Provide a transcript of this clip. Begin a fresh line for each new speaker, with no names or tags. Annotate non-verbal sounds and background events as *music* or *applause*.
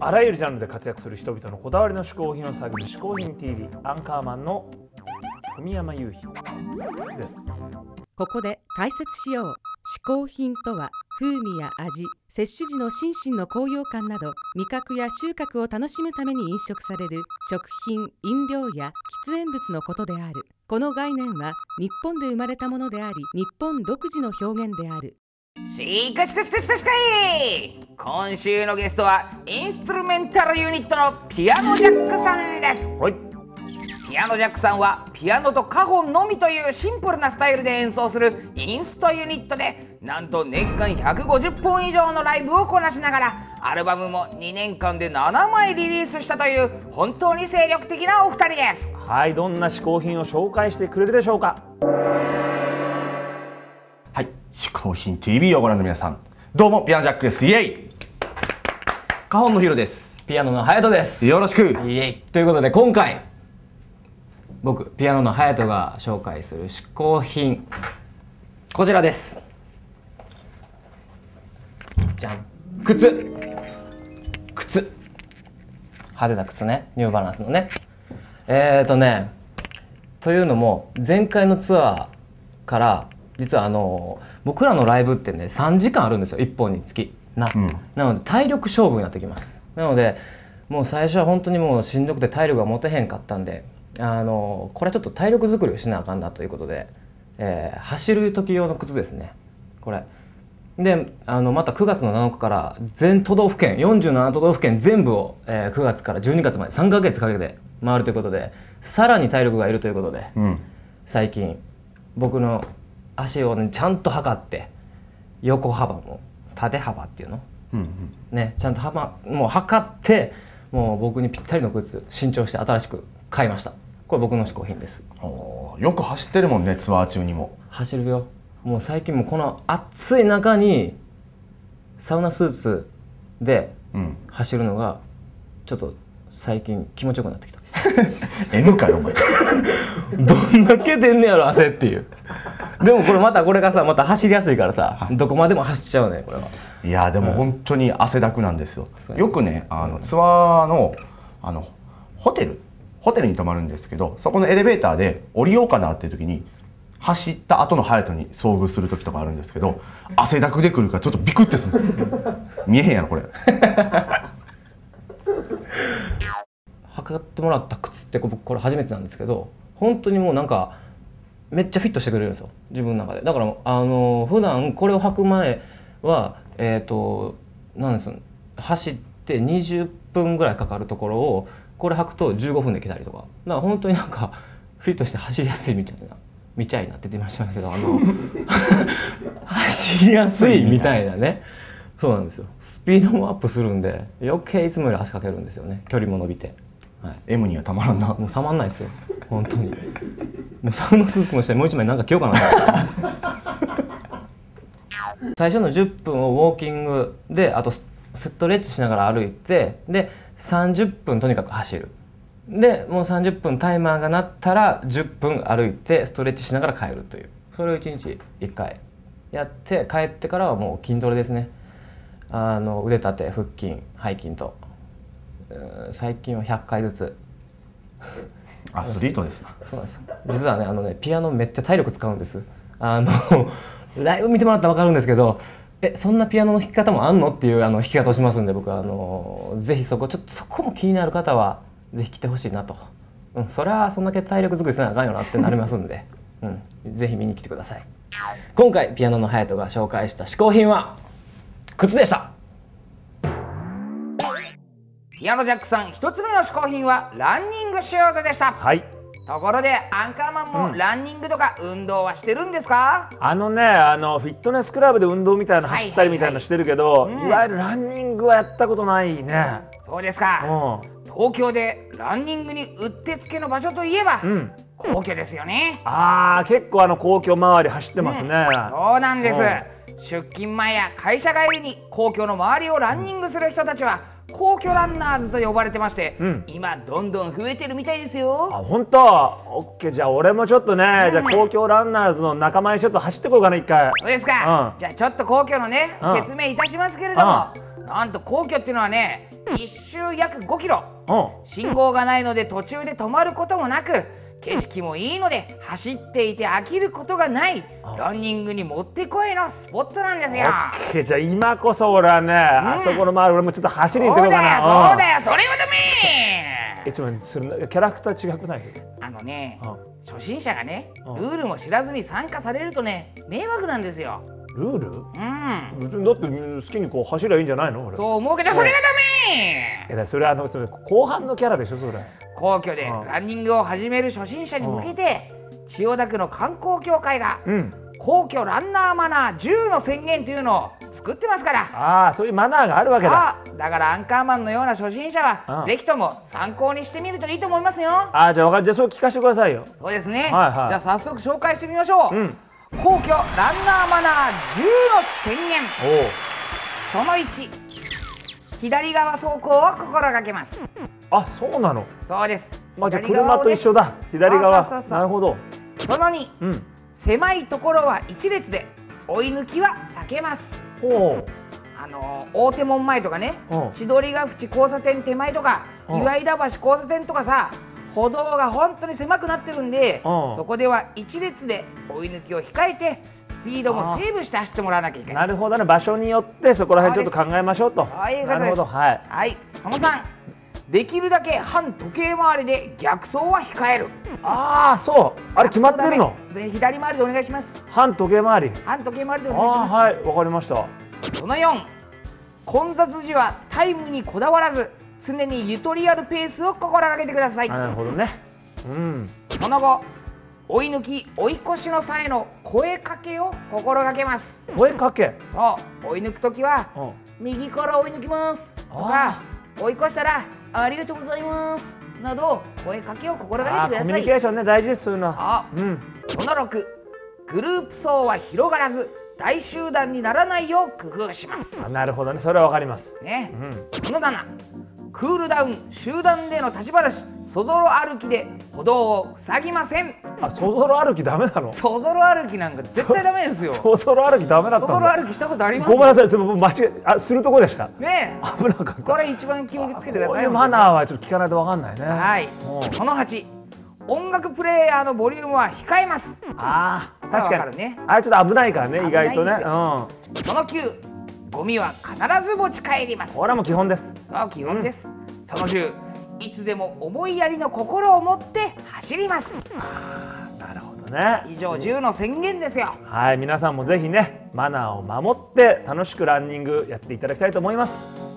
あらゆるジャンルで活躍する人々のこだわりの嗜好品を探る「嗜好品 TV」アンカーマンの富山雄飛です
ここで解説しよう。嗜好品とは風味や味、摂取時の心身の高揚感など味覚や収穫を楽しむために飲食される食品、飲料や喫煙物のことであるこの概念は日本で生まれたものであり日本独自の表現である
しかしかしかしかしかい今週のゲストはインストゥルメンタルユニットのピアノジャックさんです
はい
ピアノジャックさんはピアノとカホンのみというシンプルなスタイルで演奏するインストユニットでなんと年間150本以上のライブをこなしながらアルバムも2年間で7枚リリースしたという本当に精力的なお二人です
はいどんな嗜好品を紹介してくれるでしょうか
はい、嗜好品 TV をご覧の皆さん、どうもピアノジャックです。イエイ。カホンのヒロです。
ピアノの隼人です
よろしく。
イエイということで今回僕ピアノの隼人が紹介する嗜好品こちらですじゃん靴靴派手な靴ねニューバランスのねえーとねというのも前回のツアーから実はあの僕らのライブってね3時間あるんですよ1本につきな,、なので体力勝負になってきますなのでもう最初は本当にもうしんどくて体力が持てへんかったんであのこれはちょっと体力作りをしなあかんなということで、えー走る時用の靴ですねこれであのまた9月の7日から全都道府県47都道府県全部を、えー9月から12月まで3ヶ月かけて回るということでさらに体力がいるということで、最近僕の足を、ね、ちゃんと測って横幅も縦幅っていうの、ね、ちゃんと幅もう測ってもう僕にぴったりの靴新調して新しく買いましたこれ僕の嗜好品です
おーよく走ってるもんね、ツアー中にも。
走るよもう最近もうこの暑い中にサウナスーツで
ん
走るのがちょっと最近気持ちよくなってきた
M かよ、 *laughs* お前。
*laughs* どんだけ出んねやろ汗っていうでもこれまたこれがさまた走りやすいからさどこまでも走っちゃうねこれはい
やーでも本当に汗だくなんですよ、よくねあのツアーのあのホテルホテルに泊まるんですけどそこのエレベーターで降りようかなっていう時に走った後の隼人に遭遇する時とかあるんですけど汗だくでくるからちょっとビクってする *laughs* 見えへんやろこれ
測ってもらった靴って僕これ初めてなんですけど本当にもうなんかめっちゃフィットしてくれるんですよ自分の中でだからあの普段これを履く前はえっ、となんですよ走って20分ぐらいかかるところをこれ履くと15分で来たりとかだから本当になんかフィットして走りやすいみたいなみたいなって出ましたけどあの走りやすいみたいなねそうなんですよスピードもアップするんで余計いつもより汗かけるんですよね距離も伸びてはい
M にはたまらんな
もうたまんないですよ本当にもうサウナスーツの下にもう一枚なんか着ようか *laughs* な最初の10分をウォーキングであとスストレッチしながら歩いてで30分とにかく走るでもう30分タイマーが鳴ったら10分歩いてストレッチしながら帰るというそれを1日1回やって帰ってからはもう筋トレですねあの腕立て腹筋背筋とうん最近は100回ずつ
アスリートですな
そうなんです実はねあのねピアノめっちゃ体力使うんですあの *laughs* ライブ見てもらったら分かるんですけどえそんなピアノの弾き方もあんのっていうあの弾き方をしますんで僕はあのぜひそこちょっとそこも気になる方はぜひ来てほしいなと、うん、そりゃあそんだけ体力作りせなあかんよなってなりますんで、 *laughs* うん、ぜひ見に来てください今回ピアノの隼人が紹介した嗜好品は靴でした
ピアノジャックさん一つ目の嗜好品はランニングシューズでした
はい
ところでアンカーマンもランニングとか運動はしてるんですか、
あのねあのフィットネスクラブで運動みたいなの
はいはい
走ったりみたいなのしてるけど、いわゆるランニングはやったことないね
そうですか、
うん
東京でランニングにうってつけの場所といえば、
ん
皇居ですよね
あー結構あの公共周り走ってますね、
そうなんです出勤前や会社帰りに皇居の周りをランニングする人たちは皇居ランナーズと呼ばれてまして、
ん
今どんどん増えてるみたいです
あ
よ
本当オッケーじゃあ俺もちょっとねじゃあ公共ランナーズの仲間にちょっと走ってこようかな一回
そうですか、
うん
じゃあちょっと皇居のね、
うん
説明いたしますけれども、なんと皇居っていうのはね1周約5キロ
う
信号がないので途中で止まることもなく景色もいいので走っていて飽きることがないランニングにもってこいのスポットなんですよ
オッケーじゃあ今こそ俺はね、あそこの周り俺もちょっと走りに
そ
行
う
って
だ
こう
よそう
か
だよ
な
それは
うんえ
ダ
ちょっと待ってそれキャラクター違くない
メあのね
う
初心者がね
うん
ルールも知らずに参加されるとね迷惑なんですよ
ルール
うん
別にだって好きにこう走りゃいいんじゃないの俺
そう思うけどそれがダメ
いやだからそれはあのそれ後半のキャラでしょそれ
皇居で
うん
ランニングを始める初心者に向けて千代田区の観光協会が
うん
皇居ランナーマナー10の宣言というのを作ってますから
ああそういうマナーがあるわけだ
あだからアンカーマンのような初心者
う
は
ん
ぜひとも参考にしてみるといいと思いますよ
ああじゃあわかるじゃあそれ聞かせてくださいよ
そうですね、
はいはい
じゃあ早速紹介してみましょう、
うん
皇居ランナーマナー10の宣言
お
その1左側走行は心がけます
おあそうなの
そうです、
まあじゃあ
左側
車
を
と
ね
一緒だ左側
あそうそうそう
なるほど
その2
うん
狭いところは一列で追い抜きは避けます
ほ
あのー大手門前とかね
うん
千鳥ヶ淵交差点手前とか
うん
岩井田橋交差点とかさ歩道が本当に狭くなってるんで
うん
そこでは一列で追い抜きを控えてスピードもセーブして走ってもらわなきゃいけ
う
ない
なるほどね場所によってそこら辺ちょっと
そうで
考えましょうと
ああいうこ
な
と
る
で
ほ
す
どはい
その3できるだけ反時計回りで逆走は控える
ああそうあれ決まってるの
逆走ダメで左回りでお願いします
反時計回り
反時計回りでお
あ
願いし
あ
ます
はいわかりました
その4混雑時はタイムにこだわらず常にゆとりあるペースを心がけてください
あなるほどねうん
その後追い抜き追い越しの際の声かけを心がけます
声かけ
そう追い抜く時は右から追い抜きますとか
あ
追い越したらありがとうございますなど声かけを心
あ
が
あ
けて
コ
く
ミュ
ださ
ニケー
い
ションね大事ですそういうのは
あ
うん
その6グループ層は広がらず大集団にならないよう工夫します
あなるほどねそれはわかります
ね、その7クールダウン集団での立ち話そぞろ歩きで歩道を塞ぎません
あそぞろ歩きダメなの
そぞろ歩きなんか絶対ダメですよそ
そぞろ歩きダメだったん
ぞ
だ
ろ歩きしたことあります
ごめんなさいすみません間違えあするとこでした
ね
危なかった
えこれ一番気をつけてくだ
こう
さ
い
いう
マナーはちょっと聞かないとわかんないね
はい
うん
その8音楽プレイヤーのボリュームは控えます
ああ確
わか
か
る
に
ね
あれちょっと危ないからね意外とね
危
う
ないで
ん
すその9ゴミは必ず持ち帰ります
これはもう基本です
それは基本です、その10いつでも思いやりの心を持って走ります
なるほどね
以上10の宣言ですよ
はい皆さんもぜひねマナーを守って楽しくランニングやっていただきたいと思います